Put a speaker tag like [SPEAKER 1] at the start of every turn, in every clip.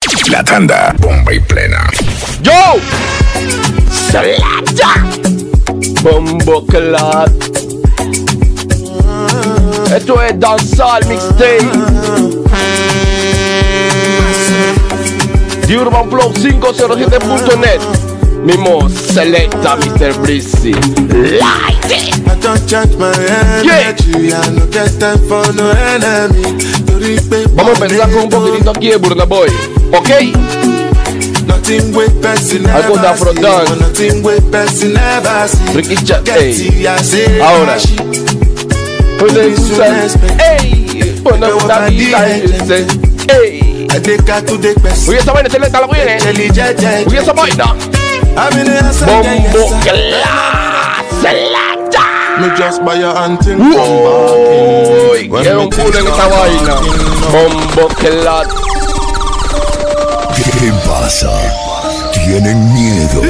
[SPEAKER 1] Tras la tanda, bomba y plena.
[SPEAKER 2] ¡Yo! ¡Slaya! ¡Bombo Clat! Esto es Danzar Mixtape. The Urban Flow 507.net. Mimo Selecta Mr. Breezy. Light it!
[SPEAKER 3] I don't change my energy. I no get time for no enemy. Torí pé
[SPEAKER 2] Vamos a empezar con un poquitito aquí de Burna Boy. ¿Ok?
[SPEAKER 3] nothing wey person
[SPEAKER 2] I go down
[SPEAKER 3] ever
[SPEAKER 2] for a
[SPEAKER 3] see.
[SPEAKER 2] dance.
[SPEAKER 3] Oh, nothing wey person ever see.
[SPEAKER 2] Ricky Chat,
[SPEAKER 3] Get
[SPEAKER 2] ey.
[SPEAKER 3] serious, ey.
[SPEAKER 2] Ahora. ¡Ey! Bueno, una vida ese. ¡Ey!
[SPEAKER 3] I take her to the best.
[SPEAKER 2] Uy, esa vaina se lenta la viene.
[SPEAKER 3] Jelly, je, je,
[SPEAKER 2] eh. Uy,
[SPEAKER 3] je.
[SPEAKER 2] esa vaina.
[SPEAKER 3] I'm in the house, I get
[SPEAKER 2] Bombo
[SPEAKER 3] yes, I-
[SPEAKER 2] claselata.
[SPEAKER 3] Me just buy your hunting.
[SPEAKER 2] Uy,
[SPEAKER 3] When
[SPEAKER 2] qué
[SPEAKER 3] me
[SPEAKER 2] un
[SPEAKER 3] think
[SPEAKER 2] culo en esta
[SPEAKER 3] about
[SPEAKER 2] vaina.
[SPEAKER 3] nothing,
[SPEAKER 2] Bombo claselata.
[SPEAKER 1] ¿Qué pasa? Tienen miedo.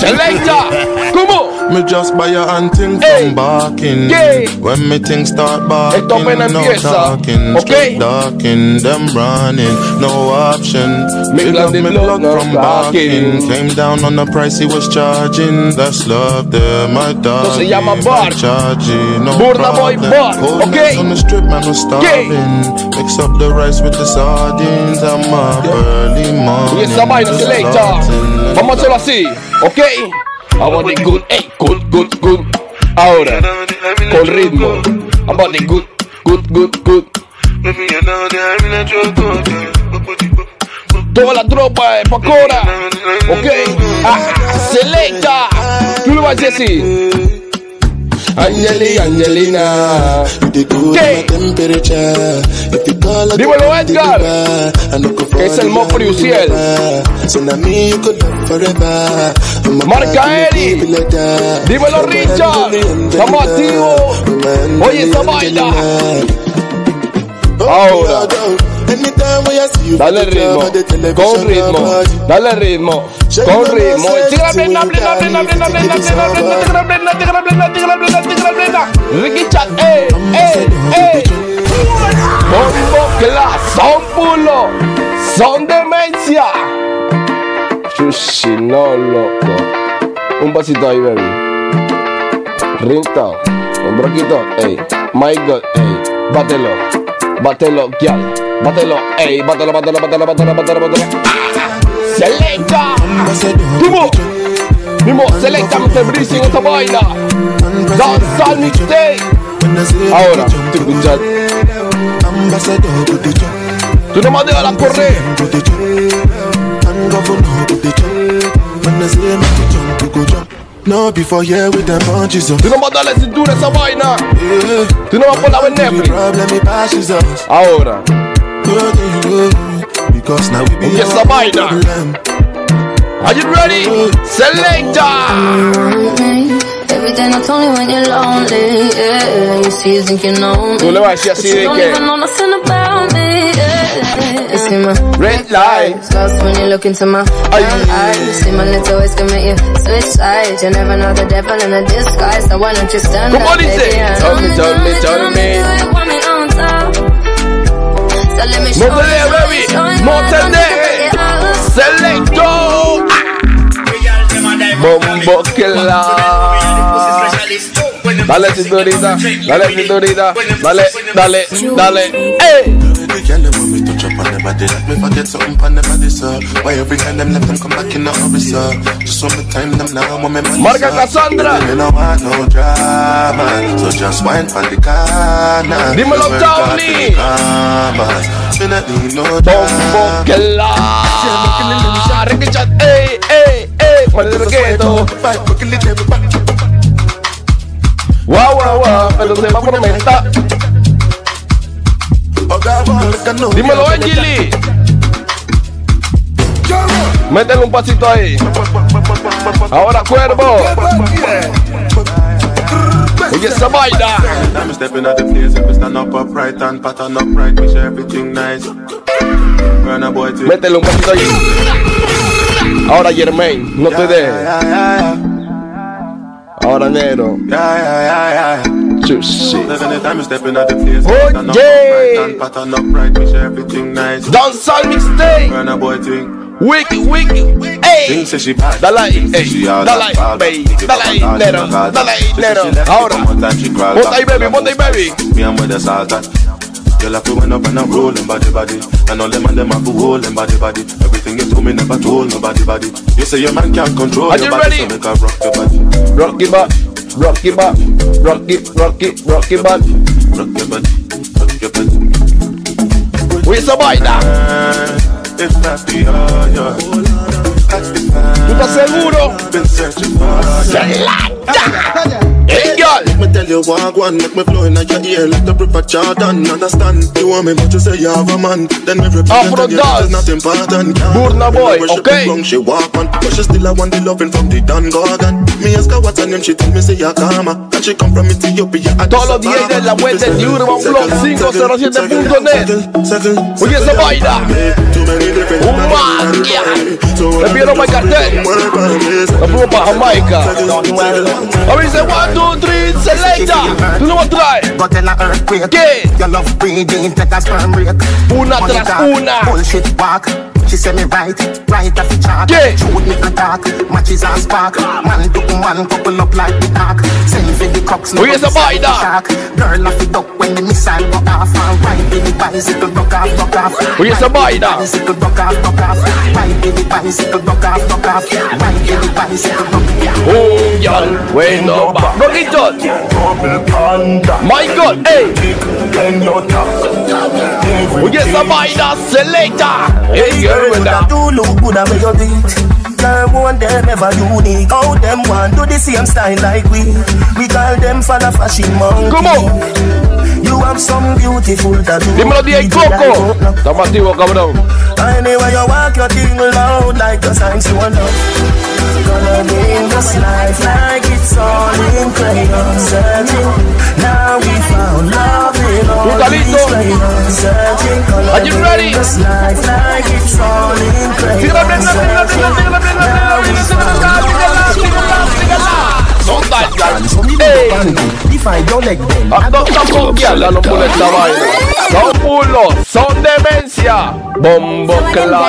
[SPEAKER 2] Selecta. ¿Cómo?
[SPEAKER 3] Me just buy your hunting
[SPEAKER 2] Ey.
[SPEAKER 3] from barking.
[SPEAKER 2] Yeah.
[SPEAKER 3] When me things start barking,
[SPEAKER 2] Esto apenas
[SPEAKER 3] no
[SPEAKER 2] empieza.
[SPEAKER 3] talking,
[SPEAKER 2] Ok.
[SPEAKER 3] straight darking, them running, no option.
[SPEAKER 2] Me
[SPEAKER 3] Pick
[SPEAKER 2] glad
[SPEAKER 3] up
[SPEAKER 2] the
[SPEAKER 3] me
[SPEAKER 2] blood
[SPEAKER 3] blood
[SPEAKER 2] not
[SPEAKER 3] from
[SPEAKER 2] barking.
[SPEAKER 3] barking. Came down on the price he was charging. That's love there, my dog.
[SPEAKER 2] se llama Bark.
[SPEAKER 3] Charging, no
[SPEAKER 2] Burna Boy
[SPEAKER 3] problem.
[SPEAKER 2] Bark,
[SPEAKER 3] Cold
[SPEAKER 2] ok.
[SPEAKER 3] nights on the strip, man was starving. Mix up the rice with the sardines. I'm up early morning.
[SPEAKER 2] Uy, esa vaina selecta.
[SPEAKER 3] starting.
[SPEAKER 2] Vamos a hacerlo así. ¿Ok? Vamos de good. ¡Ey! Good, good, good. Ahora. Con ritmo. Vamos de good. Good, good, good. Toda la tropa de Pacora. ¿Ok? Ah, ah, selecta. Tú lo vas a decir. Angeli, Angelina. ¿Qué? Dímelo, Edgar. Que es el Mo Friusiel. Marca Eri. Dímelo, Richard. Estamos activos. Oye, esa vaina.
[SPEAKER 3] Oh,
[SPEAKER 2] Ahora. Dale ritmo, con ritmo, dale ritmo, con ritmo. Tigra blenda, blenda, blenda, blenda, blenda, blenda, blenda, tigra blenda, tigra blenda, tigra blenda, tigra blenda. Ricky Chat, eh, eh, eh. Bombo Class, son pulo, son demencia. Chushi, no loco. Un pasito ahí, baby. Rinto, un broquito, ey. My God, ey. Bátelo, bátelo, ya. Bátelo, ey. Bátelo, bátelo, bátelo, bátelo, bátelo, bátelo. Ah, Selecta. Mimo, Mimo, selecta Mr. Breezy en esta vaina. Danza al mixtape. Ahora, te escuchas. Tú no me dejas correr.
[SPEAKER 3] No, before here with them punches up.
[SPEAKER 2] Tú no me das la cintura a esa vaina.
[SPEAKER 3] Yeah.
[SPEAKER 2] Tú no me pones a ver
[SPEAKER 3] The
[SPEAKER 2] Netflix.
[SPEAKER 3] problem it passes us.
[SPEAKER 2] Ahora,
[SPEAKER 3] Because now we be
[SPEAKER 2] Yes,
[SPEAKER 3] our
[SPEAKER 2] I'm either.
[SPEAKER 3] problem.
[SPEAKER 2] are you ready? Selecta.
[SPEAKER 4] Everything I told you when you're lonely, yeah. You see, you think you know me.
[SPEAKER 2] Tú le vas a decir así
[SPEAKER 4] But you
[SPEAKER 2] de
[SPEAKER 4] don't
[SPEAKER 2] que-
[SPEAKER 4] even know nothing about me, yeah. You see my
[SPEAKER 2] Red light.
[SPEAKER 4] Lost when you look into my
[SPEAKER 2] Ay.
[SPEAKER 4] brown eyes. You see my lips always can make you switch sides. You never know the devil in a disguise. So why don't you stand
[SPEAKER 2] Come
[SPEAKER 4] up,
[SPEAKER 2] on, dice.
[SPEAKER 4] baby? and
[SPEAKER 2] Tell me, tell me, tell me.
[SPEAKER 4] do you want me on top? So let me show
[SPEAKER 2] No te
[SPEAKER 4] you,
[SPEAKER 2] dejes, baby.
[SPEAKER 4] show you
[SPEAKER 2] No
[SPEAKER 4] how
[SPEAKER 2] te
[SPEAKER 4] I'm gonna
[SPEAKER 2] dejes.
[SPEAKER 4] get out.
[SPEAKER 2] Selecto. Ah, Bombo Class. Dale cinturita, dale cinturita, dale, dale, dale. ¡Ey!
[SPEAKER 3] The girl them want me touch up on the body Like me forget something on the body, sir Why every time them left them come back in a hurry, sir Just want me time them now, want me money,
[SPEAKER 2] Marca
[SPEAKER 3] sir.
[SPEAKER 2] Cassandra.
[SPEAKER 3] Me no want no drama So just wine for the corner
[SPEAKER 2] Dímelo,
[SPEAKER 3] Work hard
[SPEAKER 2] Tony.
[SPEAKER 3] for the commas. Me no need no
[SPEAKER 2] Bombo
[SPEAKER 3] drama
[SPEAKER 2] Class. Ricky Chat, ey, ey, ey. Con el requeto. Guau, guau, guau. Pero se va por menta. Dímelo, Angeli. Métele un pasito ahí. Ahora, cuervo. Oye, esa vaina.
[SPEAKER 3] I'm stepping out the place, if we stand up upright and pattern upright, we share everything nice. Burn a boy to
[SPEAKER 2] Métele un pasito ahí. Ahora, Germain, no te dejes.
[SPEAKER 3] Yeah, yeah, yeah,
[SPEAKER 2] Ahora, Nero.
[SPEAKER 3] yeah, yeah, yeah, yeah.
[SPEAKER 2] Juicy.
[SPEAKER 3] Living the time, stepping out the place.
[SPEAKER 2] Oh,
[SPEAKER 3] Turn up
[SPEAKER 2] yeah.
[SPEAKER 3] upright, turn pattern upright, make sure everything nice.
[SPEAKER 2] Dancehall mixtape.
[SPEAKER 3] Run a boy thing.
[SPEAKER 2] Wicked, wicked.
[SPEAKER 3] Thing
[SPEAKER 2] Ey.
[SPEAKER 3] say she bad.
[SPEAKER 2] Dale ahí,
[SPEAKER 3] Thing say
[SPEAKER 2] ey,
[SPEAKER 3] she all
[SPEAKER 2] dale
[SPEAKER 3] that
[SPEAKER 2] ahí,
[SPEAKER 3] bad.
[SPEAKER 2] baby,
[SPEAKER 3] Pick it
[SPEAKER 2] dale
[SPEAKER 3] up
[SPEAKER 2] ahí,
[SPEAKER 3] and dance
[SPEAKER 2] Nero,
[SPEAKER 3] in the garden.
[SPEAKER 2] dale ahí,
[SPEAKER 3] She say
[SPEAKER 2] Nero.
[SPEAKER 3] she left me
[SPEAKER 2] Ahora.
[SPEAKER 3] for one time, she crawled
[SPEAKER 2] Monta ahí,
[SPEAKER 3] back.
[SPEAKER 2] baby, monta ahí, baby.
[SPEAKER 3] Me and with the size that. Girl, I feel when up and I'm rolling body body And all them and them have a rolling body body Everything you told me never told nobody body You say your man can't control
[SPEAKER 2] Are
[SPEAKER 3] your
[SPEAKER 2] you
[SPEAKER 3] body
[SPEAKER 2] ready?
[SPEAKER 3] So make her rock your body
[SPEAKER 2] Rock it back. Rock it back. Rock it, rock it, rock it back.
[SPEAKER 3] Rock your body Rock your body
[SPEAKER 2] We survive now.
[SPEAKER 3] If not the other That's the time
[SPEAKER 2] ¿Estás seguro?
[SPEAKER 3] Been searching for you.
[SPEAKER 2] Hey, girl.
[SPEAKER 3] Me tell you walk one, make me flow in your ear like the river Jordan. Understand? You want me, but you say you have a man. Then me repeat
[SPEAKER 2] Afro
[SPEAKER 3] and tell you that
[SPEAKER 2] dance.
[SPEAKER 3] is not important.
[SPEAKER 2] Burna Boy,
[SPEAKER 3] When she
[SPEAKER 2] okay.
[SPEAKER 3] been Wrong, she walk on, but she still I want the loving from the Don Gorgon. Me ask her what's her name, she tell me say Akama, and she come from Ethiopia. and
[SPEAKER 2] Todos los
[SPEAKER 3] Addis
[SPEAKER 2] días de la
[SPEAKER 3] Ababa.
[SPEAKER 2] web del Urban Blog 507.net. Oye, esa vaina. Un magia. Le pidieron para el cartel. Nos fuimos para Jamaica. A mí dice, one, two, three, selecta. Tú no vas a traer.
[SPEAKER 5] But in a earthquake,
[SPEAKER 2] Yeah.
[SPEAKER 5] your love breathing, take a sperm break.
[SPEAKER 2] Una
[SPEAKER 5] Money
[SPEAKER 2] tras
[SPEAKER 5] talk,
[SPEAKER 2] una.
[SPEAKER 5] Bullshit walk. She say me right, right off the chart.
[SPEAKER 2] Yeah.
[SPEAKER 5] Shoot me a dark, matches and spark. Man to man, couple up like the ark. Send for the cocks,
[SPEAKER 2] Oye, esa vaina.
[SPEAKER 5] shark. Girl off the duck when the missile go off. And ride with the bicycle, rock off, rock off.
[SPEAKER 2] Oye, esa
[SPEAKER 5] Ride with the
[SPEAKER 2] vaina.
[SPEAKER 5] Bicycle, rock off, rock off. Ride with the bicycle, rock off, rock off. Ride with the bicycle, rock off.
[SPEAKER 2] Un yal, bueno, va. Rock it on. My God, ey. Oye, esa vaina, selecta. Hey, girl,
[SPEAKER 6] Girl,
[SPEAKER 2] buena.
[SPEAKER 6] that do look good and make you beat. Girl, want them ever unique. How them want do the same style like we. We call them for the fashion monkey.
[SPEAKER 2] Come on.
[SPEAKER 6] You have some beautiful tattoo.
[SPEAKER 2] Dímelo, DJ
[SPEAKER 6] We
[SPEAKER 2] Coco.
[SPEAKER 6] don't know.
[SPEAKER 2] Estamos activos, cabrón.
[SPEAKER 6] Anyway, you walk your thing loud like a sign to a love. Gonna live this life like it's all in crayon searching. Now we found love in all
[SPEAKER 2] Brutalito.
[SPEAKER 6] these crayons searching. Gonna
[SPEAKER 2] Are you
[SPEAKER 6] live
[SPEAKER 2] ready?
[SPEAKER 6] This life like it's all in crayon
[SPEAKER 2] Síguela, prenda, prenda, prenda, síguela, prenda, prenda, prenda, síguela, síguela, síguela, síguela. Son dañas. Ey.
[SPEAKER 6] Define your leg bend.
[SPEAKER 2] Hasta un la no pone esta vaina. Son pulos, son demencia. Bombo clap.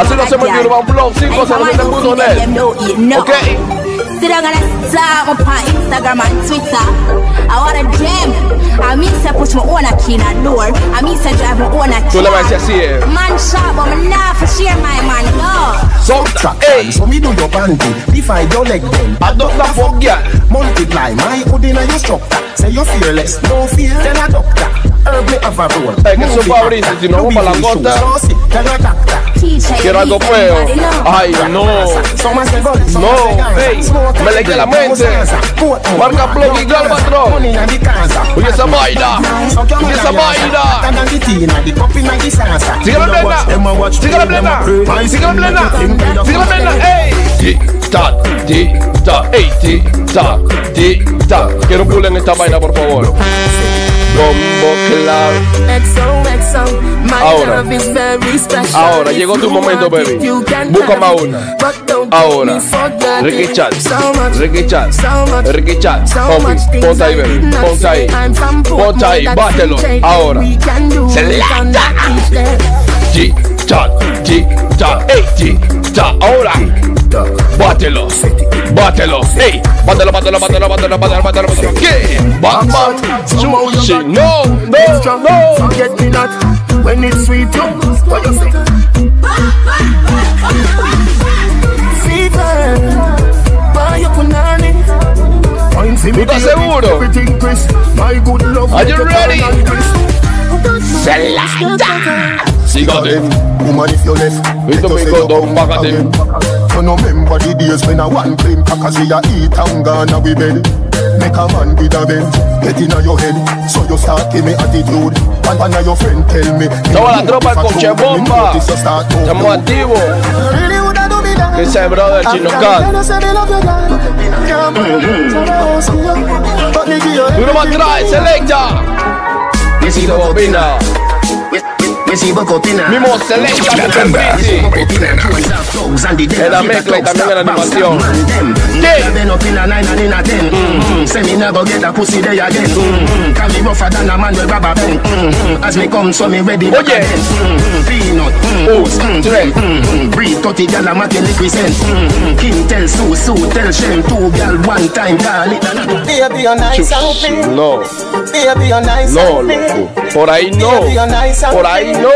[SPEAKER 2] Así lo hacemos en Urban Flow 507.net.
[SPEAKER 7] Ok.
[SPEAKER 2] Okay.
[SPEAKER 7] Sit down and star up on Instagram and Twitter. I want a gem. I mean to push my own a key in a door. I mean to drive my own a
[SPEAKER 2] Tú le vas a
[SPEAKER 7] car.
[SPEAKER 2] decir así, eh.
[SPEAKER 7] Man shop, but me nah for share my man love.
[SPEAKER 2] Son ey.
[SPEAKER 5] So me do your panty, define your leg bend.
[SPEAKER 2] Hasta una fogia.
[SPEAKER 5] Multiply my hood in your structure. Say you're fearless, no fear. Tell a doctor, herb me have a roll.
[SPEAKER 2] Hey, que
[SPEAKER 5] Move
[SPEAKER 2] sopa
[SPEAKER 5] it up,
[SPEAKER 2] brisa,
[SPEAKER 5] up,
[SPEAKER 2] si no
[SPEAKER 5] do
[SPEAKER 2] vamos pa' la
[SPEAKER 5] it, shoot,
[SPEAKER 2] gota.
[SPEAKER 5] sauce it, Tell a doctor.
[SPEAKER 7] Teacher,
[SPEAKER 2] Quiero algo feo. Ay, no.
[SPEAKER 5] Some a say gun, some a
[SPEAKER 2] No,
[SPEAKER 5] say Gaza.
[SPEAKER 2] hey,
[SPEAKER 5] Smoke
[SPEAKER 2] me
[SPEAKER 5] and
[SPEAKER 2] like
[SPEAKER 5] drink,
[SPEAKER 2] la mente.
[SPEAKER 5] no Zaza. Port Mall,
[SPEAKER 2] Marca
[SPEAKER 5] no
[SPEAKER 2] plug y
[SPEAKER 5] Gaza.
[SPEAKER 2] Galvatron.
[SPEAKER 5] Money in the Gaza.
[SPEAKER 2] Oye, esa vaina.
[SPEAKER 5] Suck your
[SPEAKER 2] Oye, esa
[SPEAKER 5] mother,
[SPEAKER 2] vaina.
[SPEAKER 5] Hotter than the tea, inna the cup, inna the salsa.
[SPEAKER 2] Sigue la plena. Sigue la plena. Sigue la plena. Sigue la Eh. plena. Ey. Tic tac, tic tac, ey, tic tac, tic tac. Quiero un pulo en esta vaina, por favor. Bombo clap.
[SPEAKER 8] XOXO, my
[SPEAKER 2] Ahora.
[SPEAKER 8] love is very special.
[SPEAKER 2] Ahora,
[SPEAKER 8] If
[SPEAKER 2] llegó tu
[SPEAKER 8] you
[SPEAKER 2] momento,
[SPEAKER 8] want it,
[SPEAKER 2] baby.
[SPEAKER 8] you can
[SPEAKER 2] Búscame
[SPEAKER 8] have it.
[SPEAKER 2] una.
[SPEAKER 8] But don't
[SPEAKER 2] Ahora.
[SPEAKER 8] take me for granted.
[SPEAKER 2] Ricky Chat,
[SPEAKER 8] So much,
[SPEAKER 2] Ricky Chat,
[SPEAKER 8] so much,
[SPEAKER 2] Ricky Chat,
[SPEAKER 8] so
[SPEAKER 2] homie,
[SPEAKER 8] much things
[SPEAKER 2] ponte ahí,
[SPEAKER 8] I
[SPEAKER 2] baby,
[SPEAKER 8] did not
[SPEAKER 2] ponte
[SPEAKER 8] say.
[SPEAKER 2] ahí.
[SPEAKER 8] I'm from
[SPEAKER 2] Ponte ahí,
[SPEAKER 8] Portmore,
[SPEAKER 2] bátelo.
[SPEAKER 8] that's
[SPEAKER 2] Ahora.
[SPEAKER 8] we can do,
[SPEAKER 2] Se
[SPEAKER 8] we
[SPEAKER 2] la-
[SPEAKER 8] cannot teach them.
[SPEAKER 2] Tic tac, tic tac, ey, tic tac. Ahora. Bátelo, bátelo, ey, bátelo, bátelo, bátelo, bátelo, bátelo, bátelo, bátelo. ¿Qué? Bam, bam, sushi, no, no, no.
[SPEAKER 6] Forget me not when it's sweet. You, what you say? Fever, buy your punani. Find me
[SPEAKER 2] ¿Tú estás seguro?
[SPEAKER 6] everything crisp. My good love.
[SPEAKER 2] Are you ready? Sígate,
[SPEAKER 5] Woman, if you left,
[SPEAKER 2] Vito
[SPEAKER 5] let us say
[SPEAKER 2] Mingo,
[SPEAKER 5] you
[SPEAKER 2] Don
[SPEAKER 5] come
[SPEAKER 2] Baca
[SPEAKER 5] back
[SPEAKER 2] Dem.
[SPEAKER 5] again. You no remember the days when I one cream packers you eat and gone away bed. Make a man with a bend, get in your head. So you start give me attitude. And one of your friend tell me.
[SPEAKER 2] Estamos la tropa del coche bomba. Estamos activos. Dice brother Chino Khan. Tú no más traes, selecta. Mismo Bobina.
[SPEAKER 5] Me sigo cotina.
[SPEAKER 2] Mismo selecta, Mr. Breezy.
[SPEAKER 9] Bomba y plena.
[SPEAKER 10] thugs and the dead
[SPEAKER 2] Ella
[SPEAKER 10] Give a
[SPEAKER 2] make like
[SPEAKER 10] thug
[SPEAKER 2] a
[SPEAKER 10] stop,
[SPEAKER 2] million
[SPEAKER 10] bam, stop,
[SPEAKER 2] animation.
[SPEAKER 10] man, them.
[SPEAKER 2] Yeah.
[SPEAKER 10] Never been up in a nine and in a ten
[SPEAKER 2] Mm.
[SPEAKER 10] mm-hmm. Say me never get a pussy day again mm-hmm. Can me rougher than a man with rubber pen mm-hmm. As me come so me ready
[SPEAKER 2] Mm. Oh,
[SPEAKER 10] back
[SPEAKER 2] yeah. Mm.
[SPEAKER 10] again mm-hmm. Peanut, mm-hmm. oats, mm-hmm. mm-hmm. Breathe 30 gal a mat in liquid scent
[SPEAKER 2] Mm.
[SPEAKER 10] mm-hmm. King tell Sue, Sue tell Shem Two gal one time call it a
[SPEAKER 5] Baby, you're nice and pretty.
[SPEAKER 2] No,
[SPEAKER 5] Baby, you're nice
[SPEAKER 2] no,
[SPEAKER 5] and pretty.
[SPEAKER 2] loco. Por ahí no.
[SPEAKER 5] Baby, you're nice and
[SPEAKER 2] Por ahí
[SPEAKER 5] pretty.
[SPEAKER 2] no.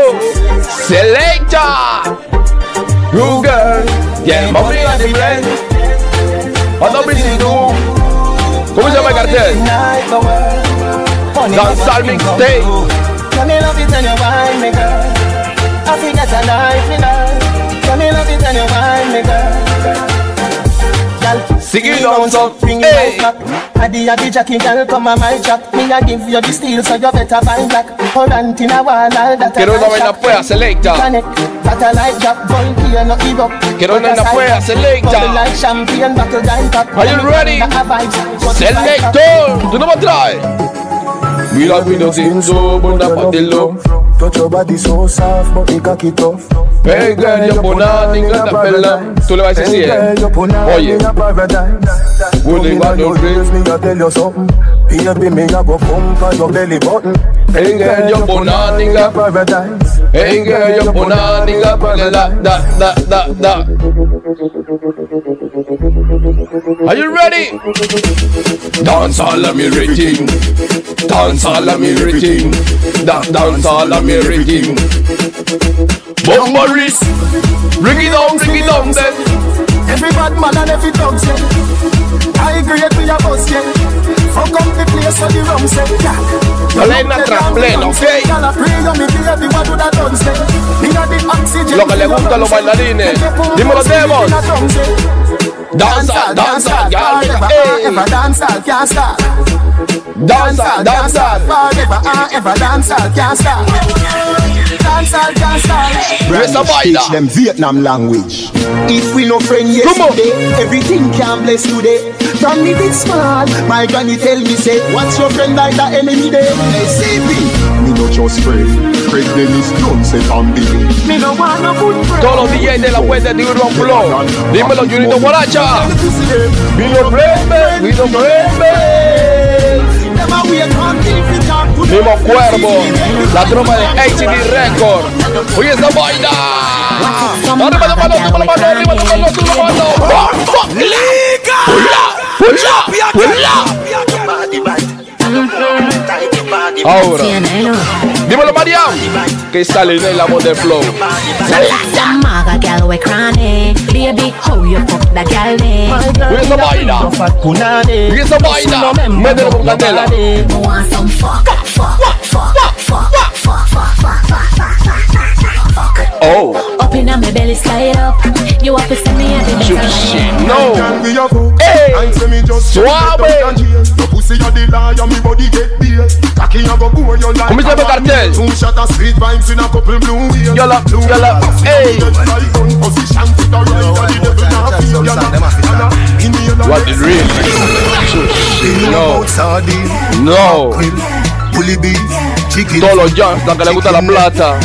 [SPEAKER 2] Selecta. Google. Y el móvil de mi ley. Ando visitando. ¿Cómo se llama el cartel?
[SPEAKER 5] Ignite the world. Honey,
[SPEAKER 2] Don't
[SPEAKER 5] never
[SPEAKER 2] stop me,
[SPEAKER 5] think of
[SPEAKER 2] stay.
[SPEAKER 5] you. Tell me love it and you wine me, girl. I forget a night, me night. Tell me love it and you wine me, girl. Girl,
[SPEAKER 2] Sing it
[SPEAKER 5] three
[SPEAKER 2] down,
[SPEAKER 5] rounds
[SPEAKER 2] son.
[SPEAKER 5] up, bring it
[SPEAKER 2] Hey.
[SPEAKER 5] right back. Addy, addy, Jackie, girl, come on my track. Me, I give you the steel, so you better buy black. Current in a wall, all that
[SPEAKER 2] Quiero
[SPEAKER 5] a
[SPEAKER 2] una
[SPEAKER 5] nice
[SPEAKER 2] vaina
[SPEAKER 5] shot.
[SPEAKER 2] fea, selecta.
[SPEAKER 5] Panic, satellite drop, gun here, no give up.
[SPEAKER 2] Quiero una vaina fea, selecta.
[SPEAKER 5] Bubble like champagne, bottle dime pack.
[SPEAKER 2] Are you ready? Selector. ¿Tú no me traes? Mira, vino sin su buena patilo.
[SPEAKER 11] Touch your body so soft, but it cocky tough.
[SPEAKER 2] Hey, girl, you're bonita, ninguna pela. Tú le vas a decir, eh. Oye. Willing but no brave.
[SPEAKER 11] me, I tell you something. Baby, me, I go pump on your belly button.
[SPEAKER 2] Hey, girl, you're bonita, ninguna
[SPEAKER 11] paradise.
[SPEAKER 2] Hey girl, you're bonita, nigga, brother, da, da, da, da, da. Are you ready? Dance all of me everything. Dance all of me everything. Da, dance all of me everything. Bob Morris, bring it down, bring it down, then.
[SPEAKER 5] Every bad man and every dog say I grade me a boss yeah Fuck up the place for the rum say yeah.
[SPEAKER 2] Now let me trample, okay?
[SPEAKER 5] Girl, I pray you me baby what do that done say Me a the oxygen
[SPEAKER 2] Lo que le gusta a los bailarines. Dímelo, Devon. Dance all, dance all, girl.
[SPEAKER 5] Ever
[SPEAKER 2] Hey,
[SPEAKER 5] dance all, can't stop
[SPEAKER 2] dance all, dance all.
[SPEAKER 5] Forever, ah, ever dance all, can't stop Dance all, can't stop
[SPEAKER 2] Where's the
[SPEAKER 11] Teach
[SPEAKER 2] baila?
[SPEAKER 11] them Vietnam language. If we no friend yesterday, everything can bless today. From me bit small, my granny tell me say, what's your friend like the enemy E day? They say me, me no just pray. Pregnant is done, say family.
[SPEAKER 5] Me no want no good friend
[SPEAKER 2] Todos los DJs de la puerta de Urban Flow. Dímelo, Junito Guaracha. We no blame, we no blame.
[SPEAKER 5] Them a wait until we talk to them.
[SPEAKER 2] Mimo Cuervo, la tropa de HD Record. Oye esa vaina. Arriba la mano, toma la mano, arriba la mano, toma la mano. ¡Liga! ¡Pula! ¡Pula! ¡Pula! Ahora, dímelo, Mariam. Que sale en la voz del flow.
[SPEAKER 12] Some maga gal we cranny Baby, how you fuck that gal name?
[SPEAKER 2] Oye esa vaina. Oye esa vaina. Mételo con candela.
[SPEAKER 12] Want some fuck, fuck, fuck, fuck, fuck, fuck, fuck, fuck, fuck, fuck, fuck, fuck, fuck.
[SPEAKER 2] Oh,
[SPEAKER 12] Up in my belly, slide up You have to send me a
[SPEAKER 2] shoot shit. No.
[SPEAKER 11] Can be a cook
[SPEAKER 2] Hey.
[SPEAKER 11] And say me just
[SPEAKER 2] Suave.
[SPEAKER 11] shake it up and jail. Your pussy a the liar, me body get beer Cocky a go bore you like
[SPEAKER 2] Come here,
[SPEAKER 11] a
[SPEAKER 2] Pepper
[SPEAKER 11] man.
[SPEAKER 2] Cartel.
[SPEAKER 11] Two shot of sweet vibes in a couple blue wheels
[SPEAKER 2] Yalla,
[SPEAKER 11] Blue
[SPEAKER 2] yalla,
[SPEAKER 11] wheels.
[SPEAKER 2] hey.
[SPEAKER 11] Get right on position to the right and the devil not fear. Yalla, yalla, in the yalla
[SPEAKER 2] What is real? No, no. Todos los jams, la que le gusta la plata.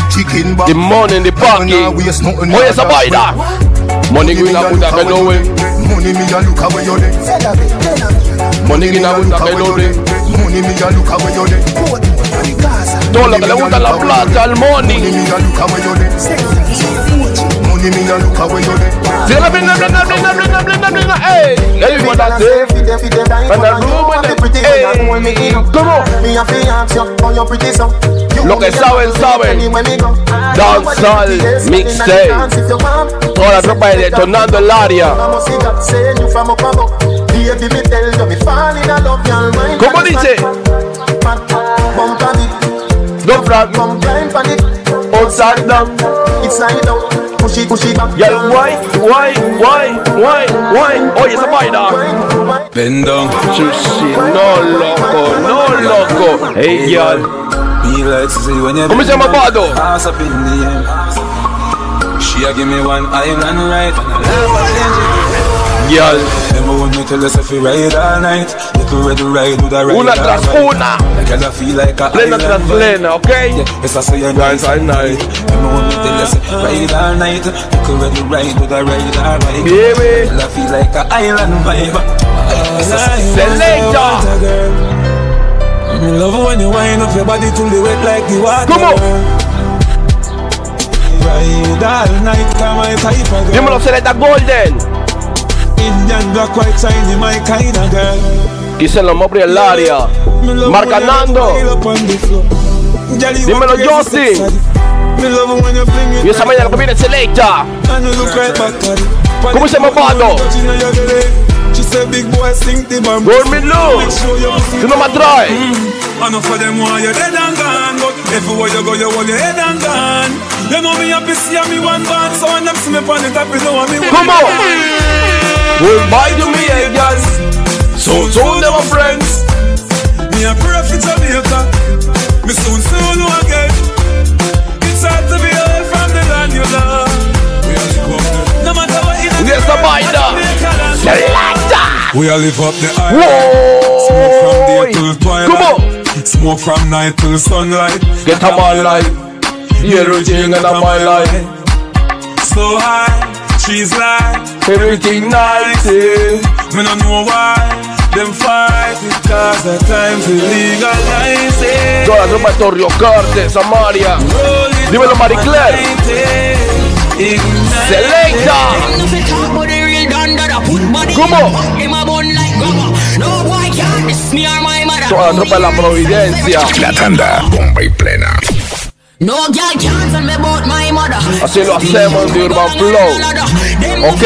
[SPEAKER 2] The money in the parking. Oye esa vaina. Money que una puta que no ve.
[SPEAKER 11] Money me a look away you dey.
[SPEAKER 2] Money que una puta que no ve.
[SPEAKER 11] Money me a look away you dey.
[SPEAKER 2] Todo lo que le gusta la plata, el
[SPEAKER 11] Money
[SPEAKER 2] money.
[SPEAKER 11] me a look away you dey. Money me a look away you dey.
[SPEAKER 2] Si la brinda, brinda, brinda, brinda, brinda, brinda. Ey, ey,
[SPEAKER 5] Every
[SPEAKER 2] guarda,
[SPEAKER 5] day, every day, every day, dying
[SPEAKER 2] And
[SPEAKER 5] for
[SPEAKER 2] the
[SPEAKER 5] a
[SPEAKER 2] room
[SPEAKER 5] new
[SPEAKER 2] and
[SPEAKER 5] one.
[SPEAKER 2] the-
[SPEAKER 5] Be pretty,
[SPEAKER 2] hey.
[SPEAKER 5] you know when me in.
[SPEAKER 2] Come on.
[SPEAKER 5] Me a fi ask you how you pretty so. You
[SPEAKER 2] Lo que
[SPEAKER 5] me a
[SPEAKER 2] saben,
[SPEAKER 5] do
[SPEAKER 2] saben.
[SPEAKER 5] anywhere me go.
[SPEAKER 2] Dancehall
[SPEAKER 5] Nobody can see this,
[SPEAKER 2] mixtape.
[SPEAKER 5] and dance if you want.
[SPEAKER 2] Toda la tropa de detonando el área.
[SPEAKER 5] Vamos y ya, saying you from up above. Baby, me tell you, me fall in love, y'all mind.
[SPEAKER 2] ¿Cómo dice?
[SPEAKER 5] Bump on it,
[SPEAKER 2] No front,
[SPEAKER 5] come climb on it.
[SPEAKER 2] outside down.
[SPEAKER 5] It's like out, push it, push it back.
[SPEAKER 2] Ya, why, why, why, why, why. Oh, Oye esa vaina.
[SPEAKER 5] Wine, wine.
[SPEAKER 6] Bendong.
[SPEAKER 2] Sushi, no loco, no loco. Hey, y'all.
[SPEAKER 6] Me like to see when you
[SPEAKER 2] Come here, my bado.
[SPEAKER 6] Ass up in the end. She a give me one island right and I love her engine.
[SPEAKER 2] girl.
[SPEAKER 6] Remember when you tell us if we ride all night, little red ride with a ride.
[SPEAKER 2] Una
[SPEAKER 6] all
[SPEAKER 2] tras
[SPEAKER 6] night.
[SPEAKER 2] una.
[SPEAKER 6] Like I feel like a
[SPEAKER 2] Plena tras plena, ¿ok?
[SPEAKER 6] Yes, I say a nice all night. Remember when you tell us ride all night, little red ride with a ride all night.
[SPEAKER 2] Baby.
[SPEAKER 6] I feel like a island vibe. Yes, I say you want
[SPEAKER 2] Selector.
[SPEAKER 6] some water, girl. Me love when you wind up your body till the wet like the water.
[SPEAKER 2] Come on.
[SPEAKER 6] girl. Ride all night, come my type of girl.
[SPEAKER 2] Dímelo, Celeta Golden.
[SPEAKER 6] Indian black white shiny my kind of girl.
[SPEAKER 2] Dicen los Mopri del área.
[SPEAKER 6] Me love
[SPEAKER 2] Marca
[SPEAKER 6] when you pile
[SPEAKER 2] Nando.
[SPEAKER 6] up on the floor. Girl, you
[SPEAKER 2] Dímelo,
[SPEAKER 6] are crazy
[SPEAKER 2] Justin.
[SPEAKER 6] sexy. Me love when you bring it
[SPEAKER 2] Y esa mañana lo que viene Selecta.
[SPEAKER 6] And you look right back at it.
[SPEAKER 2] ¿Cómo se llama, Pablo?
[SPEAKER 6] Touching your belly. She said, big boy, sink the bomb.
[SPEAKER 2] Dormir
[SPEAKER 6] Make
[SPEAKER 2] luz.
[SPEAKER 6] sure you pussy
[SPEAKER 2] Tú no me atraes.
[SPEAKER 6] I know for them why you're dead and gone But everywhere you go you hold your head and gone You know me happy see me one band So when them see me on the top you know me
[SPEAKER 2] Come on. Goodbye to me, eh, girl. So soon they were friends.
[SPEAKER 6] Me a pray for Jamaica Me soon see you know again It's hard to be away from the land you love We all live up the No matter what in
[SPEAKER 2] Yes, the binder. Selecta.
[SPEAKER 6] We all live up the island Smoke from day till
[SPEAKER 2] Whoa.
[SPEAKER 6] twilight
[SPEAKER 2] Come on.
[SPEAKER 6] Smoke from night till sunlight
[SPEAKER 2] Get up my life. Everything in my life.
[SPEAKER 6] So high, she's like
[SPEAKER 2] Everything nice. eh.
[SPEAKER 6] Me no know why them fight it cause the time's legalize it.
[SPEAKER 2] Toda la ropa de Torrio Corte, Samaria.
[SPEAKER 6] Roll it
[SPEAKER 2] Dímelo,
[SPEAKER 6] up
[SPEAKER 2] Marie Claire.
[SPEAKER 6] and light it. Ignite
[SPEAKER 2] Selecta.
[SPEAKER 13] If you talk about the real don that I put body
[SPEAKER 2] Come on.
[SPEAKER 13] in my bone like rubber. No boy can't diss me or my mother.
[SPEAKER 2] Toda la ropa de la Providencia.
[SPEAKER 1] La tanda, bomba y plena.
[SPEAKER 13] No girl can't tell me about my mother.
[SPEAKER 2] Así lo hacemos de Urban Flow. Ok.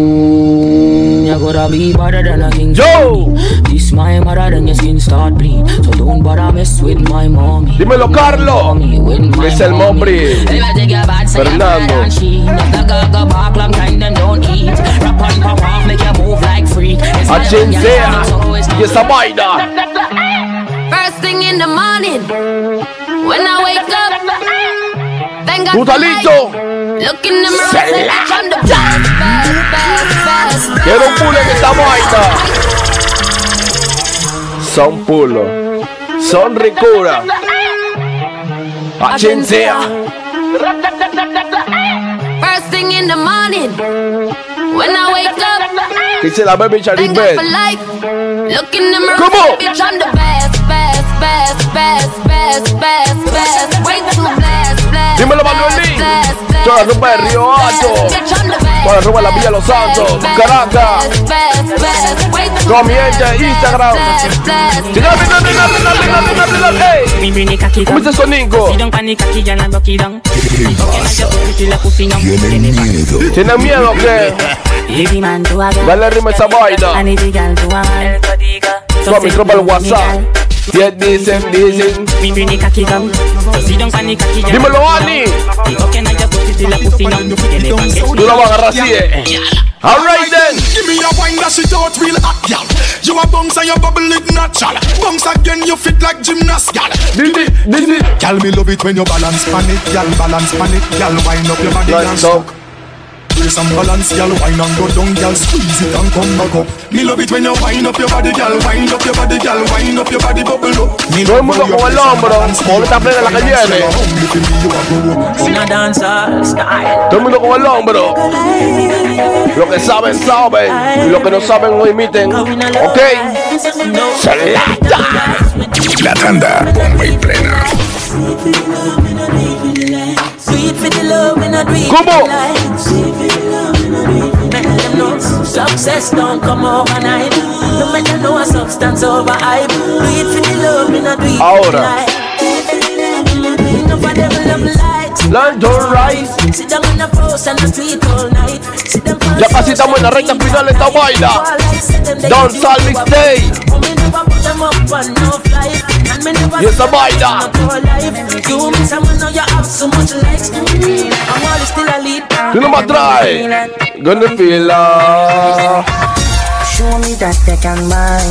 [SPEAKER 13] You gotta be better than a king.
[SPEAKER 2] Yo.
[SPEAKER 13] This my mother, then your skin start bleed. So don't bother mess with my mommy.
[SPEAKER 2] Dímelo, Carlo.
[SPEAKER 13] Mommy, with my
[SPEAKER 2] Es el
[SPEAKER 13] mommy.
[SPEAKER 2] Mopri.
[SPEAKER 13] Well, I take your bad, say your
[SPEAKER 2] Fernando.
[SPEAKER 13] bad and she. Knock the girl, go back, long time them don't eat. Rap on, pop off, make you move like freak. It's
[SPEAKER 2] A
[SPEAKER 13] not
[SPEAKER 2] Gen
[SPEAKER 13] when you're
[SPEAKER 2] Z.
[SPEAKER 13] young, it's always
[SPEAKER 2] Y
[SPEAKER 13] not-
[SPEAKER 2] esa vaina.
[SPEAKER 14] First thing in the morning, when I wake up, thank God
[SPEAKER 2] Tú estás
[SPEAKER 14] for life.
[SPEAKER 2] listo.
[SPEAKER 14] Look in the mirror, say
[SPEAKER 2] Select.
[SPEAKER 14] I'm the best, best, best, best, best.
[SPEAKER 2] Quiero un pulo en esta vaina. Son pulo. Son ricura. A quien sea.
[SPEAKER 14] First thing in the morning, when I wake up,
[SPEAKER 2] Dice la baby Charlie
[SPEAKER 14] thank God
[SPEAKER 2] Bell.
[SPEAKER 14] for life. Look in the mirror,
[SPEAKER 2] Come
[SPEAKER 14] say,
[SPEAKER 2] on.
[SPEAKER 14] bitch, I'm the best, best, best, best, best, best, best. Way too blessed, blessed.
[SPEAKER 2] Dímelo,
[SPEAKER 14] blessed,
[SPEAKER 2] Manuelín.
[SPEAKER 14] blessed, blessed,
[SPEAKER 2] Toda la ropa de
[SPEAKER 14] blessed,
[SPEAKER 2] Río
[SPEAKER 14] blessed.
[SPEAKER 2] Hato.
[SPEAKER 14] Bitch, I'm the best,
[SPEAKER 2] Toda la ropa de la Villa Los Santos.
[SPEAKER 14] best,
[SPEAKER 2] Caracas.
[SPEAKER 14] best, best, best. Way too
[SPEAKER 2] Toda mi gente
[SPEAKER 14] blessed,
[SPEAKER 2] de Instagram.
[SPEAKER 14] blessed, blessed,
[SPEAKER 2] Dígame, no, no, no, no, no, no, no, no, no, no, hey.
[SPEAKER 7] Me bring the cocky
[SPEAKER 2] ¿Cómo
[SPEAKER 7] down.
[SPEAKER 2] está sonico?
[SPEAKER 7] Pussy down, pan the cocky, girl, and rock it down.
[SPEAKER 1] ¿Qué pasa?
[SPEAKER 7] Till the pussy down.
[SPEAKER 1] ¿Tienen miedo?
[SPEAKER 2] ¿Tienes miedo o qué?
[SPEAKER 7] Every man do a girl.
[SPEAKER 2] Dale rima a esa vaina.
[SPEAKER 7] And every girl do a man. So
[SPEAKER 2] Toda mi
[SPEAKER 7] say,
[SPEAKER 2] tropa al
[SPEAKER 7] me
[SPEAKER 2] WhatsApp.
[SPEAKER 7] girl.
[SPEAKER 2] Diez dicen, dicen.
[SPEAKER 7] Me bring the cocky down. Pussy down, pan the cocky, girl,
[SPEAKER 2] Dímelo,
[SPEAKER 7] rock it
[SPEAKER 2] Ani.
[SPEAKER 7] down. The cocky and your pussy till the pussy down. And if I get
[SPEAKER 2] Tú la vas a agarrar así, eh. Alright then.
[SPEAKER 15] Give me a wine that she don't real hot, gal. You a bounce and you bubble it natural. Bounce again, you fit like gymnast, gal.
[SPEAKER 2] This is, this is.
[SPEAKER 15] Gal, me love it when you balance panic, gal. Balance panic, gal. Wind up your body and
[SPEAKER 2] Let's go.
[SPEAKER 15] Brace and balance, gal. Wine and go down, gal. Squeeze it and come back up. Me love it when you wind up your body, gal. Wind up your body, gal. Wind up your body, bubble up. Me
[SPEAKER 2] Todo el
[SPEAKER 15] love
[SPEAKER 2] mundo
[SPEAKER 15] when you
[SPEAKER 2] con el
[SPEAKER 15] brace and
[SPEAKER 2] hombro,
[SPEAKER 15] balance,
[SPEAKER 2] con esta plena la que
[SPEAKER 15] balance,
[SPEAKER 2] viene.
[SPEAKER 15] gal. Hungry for "Oh, me, you a grow up.
[SPEAKER 7] in a dancer style.
[SPEAKER 2] Todo el mundo con el hombro. Lo que saben, saben. Y lo que no saben, no imiten. ¿Ok?
[SPEAKER 7] No.
[SPEAKER 2] Selecta.
[SPEAKER 1] La tanda, bomba y plena.
[SPEAKER 2] ¿Cómo?
[SPEAKER 7] Success don't come overnight. No matter no a substance over hype. Do it for the love, me not do it for the
[SPEAKER 2] Ahora.
[SPEAKER 7] light. Enough of them love lights.
[SPEAKER 2] London Rice.
[SPEAKER 7] Sit down in the post and the street all night. Sit down
[SPEAKER 2] Ya casi estamos en la recta final de esta
[SPEAKER 7] All
[SPEAKER 2] vaina.
[SPEAKER 7] like say them they
[SPEAKER 2] Don't
[SPEAKER 7] give you
[SPEAKER 2] sell
[SPEAKER 7] a
[SPEAKER 2] me
[SPEAKER 7] buck.
[SPEAKER 2] stay.
[SPEAKER 7] But me never put them up on no flight. And me never
[SPEAKER 2] Y esa
[SPEAKER 7] put them up
[SPEAKER 2] vaina.
[SPEAKER 7] on a poor life. You miss a man, now you have so much likes. I'm always still a lead.
[SPEAKER 2] Tú no me atraes. Gonna feel ah.
[SPEAKER 16] Show me that they can buy.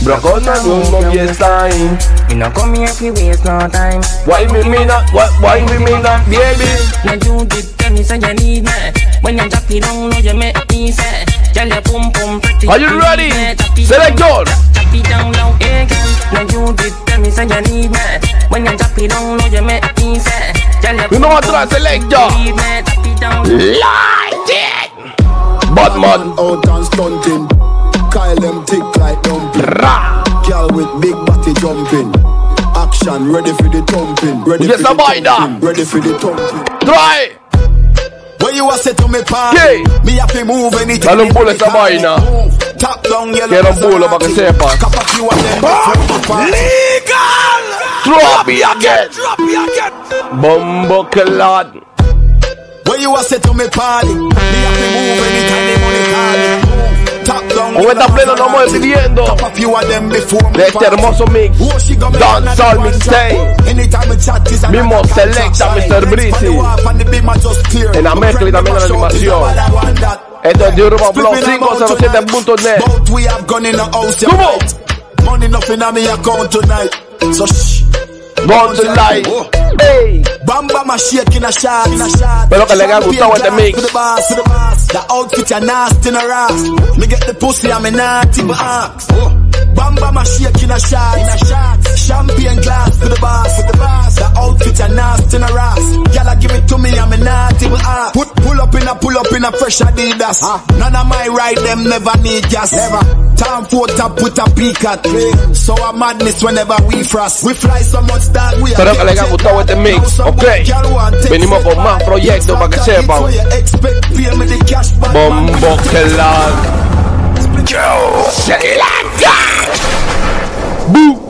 [SPEAKER 2] Bro, con la mundo que está ahí.
[SPEAKER 16] You know, come here if you waste no time.
[SPEAKER 2] Why me mean that? Why, why me mean that, baby?
[SPEAKER 16] Now you did tell me say you need me. When you drop it down, now you make me say. Girl, you pum pum pretty.
[SPEAKER 2] Are you ready? Selector.
[SPEAKER 16] Drop it down low, eh, girl. Now you did tell me say you need me. When you drop it down, now you make me say. Girl, you
[SPEAKER 2] You know
[SPEAKER 16] pum
[SPEAKER 2] what,
[SPEAKER 16] pum
[SPEAKER 2] I
[SPEAKER 16] pretty.
[SPEAKER 2] select ya.
[SPEAKER 16] Need me, drop it down
[SPEAKER 2] Light it. Bad man.
[SPEAKER 9] Out and stunting. Kyle them tick like dumpling. Girl with big body jumping. Action ready for the thumping. Ready
[SPEAKER 2] Yes,
[SPEAKER 9] for the
[SPEAKER 2] I buy that.
[SPEAKER 9] thumping. Ready for the thumping.
[SPEAKER 2] Try.
[SPEAKER 9] When you a set to me pan, me have to move anything.
[SPEAKER 2] Dale un pull a esa vaina.
[SPEAKER 9] Top long yellow.
[SPEAKER 2] Quiero un pulo para que sepa.
[SPEAKER 9] Legal.
[SPEAKER 2] Drop me again.
[SPEAKER 9] Drop me again.
[SPEAKER 2] Bombo clad.
[SPEAKER 9] When you a set to me party, me have to move anytime the money calling. Top down.
[SPEAKER 2] Con esta plena nos vamos despidiendo de este hermoso mix. Danzal Mixtape. Mismo Selecta, Mr. Breezy. En la mezcla y también en la animación. Esto es de Urban Blow 507.net.
[SPEAKER 9] Both we have gone in the house. Come on. Money nothing on me account tonight. So shh.
[SPEAKER 2] Gone tonight. Hey.
[SPEAKER 9] Bamba ma shake in a shot. In a shot.
[SPEAKER 2] Espero que le haya gustado este
[SPEAKER 9] Champagne
[SPEAKER 2] mix.
[SPEAKER 9] glass to the boss, to the boss. The outfit are nasty in a ass. Me get the pussy I'm a naughty but ask. Bamba ma shake in a shot. In a shot. Champagne glass to the boss, to the boss. The outfit are nasty in a ass. Gala give it to me I'm a naughty but ask. Put pull up in a pull up in a fresh Adidas.
[SPEAKER 2] Ah.
[SPEAKER 9] None of my ride them never need gas. Never. Time for top put a peak at. So a madness whenever we frost. We fly so much that we
[SPEAKER 2] Espero que les haya gustado este mix. Ok. Venimos con más proyectos para que sepan. Bombo clad. Yo. Selecta. Boo.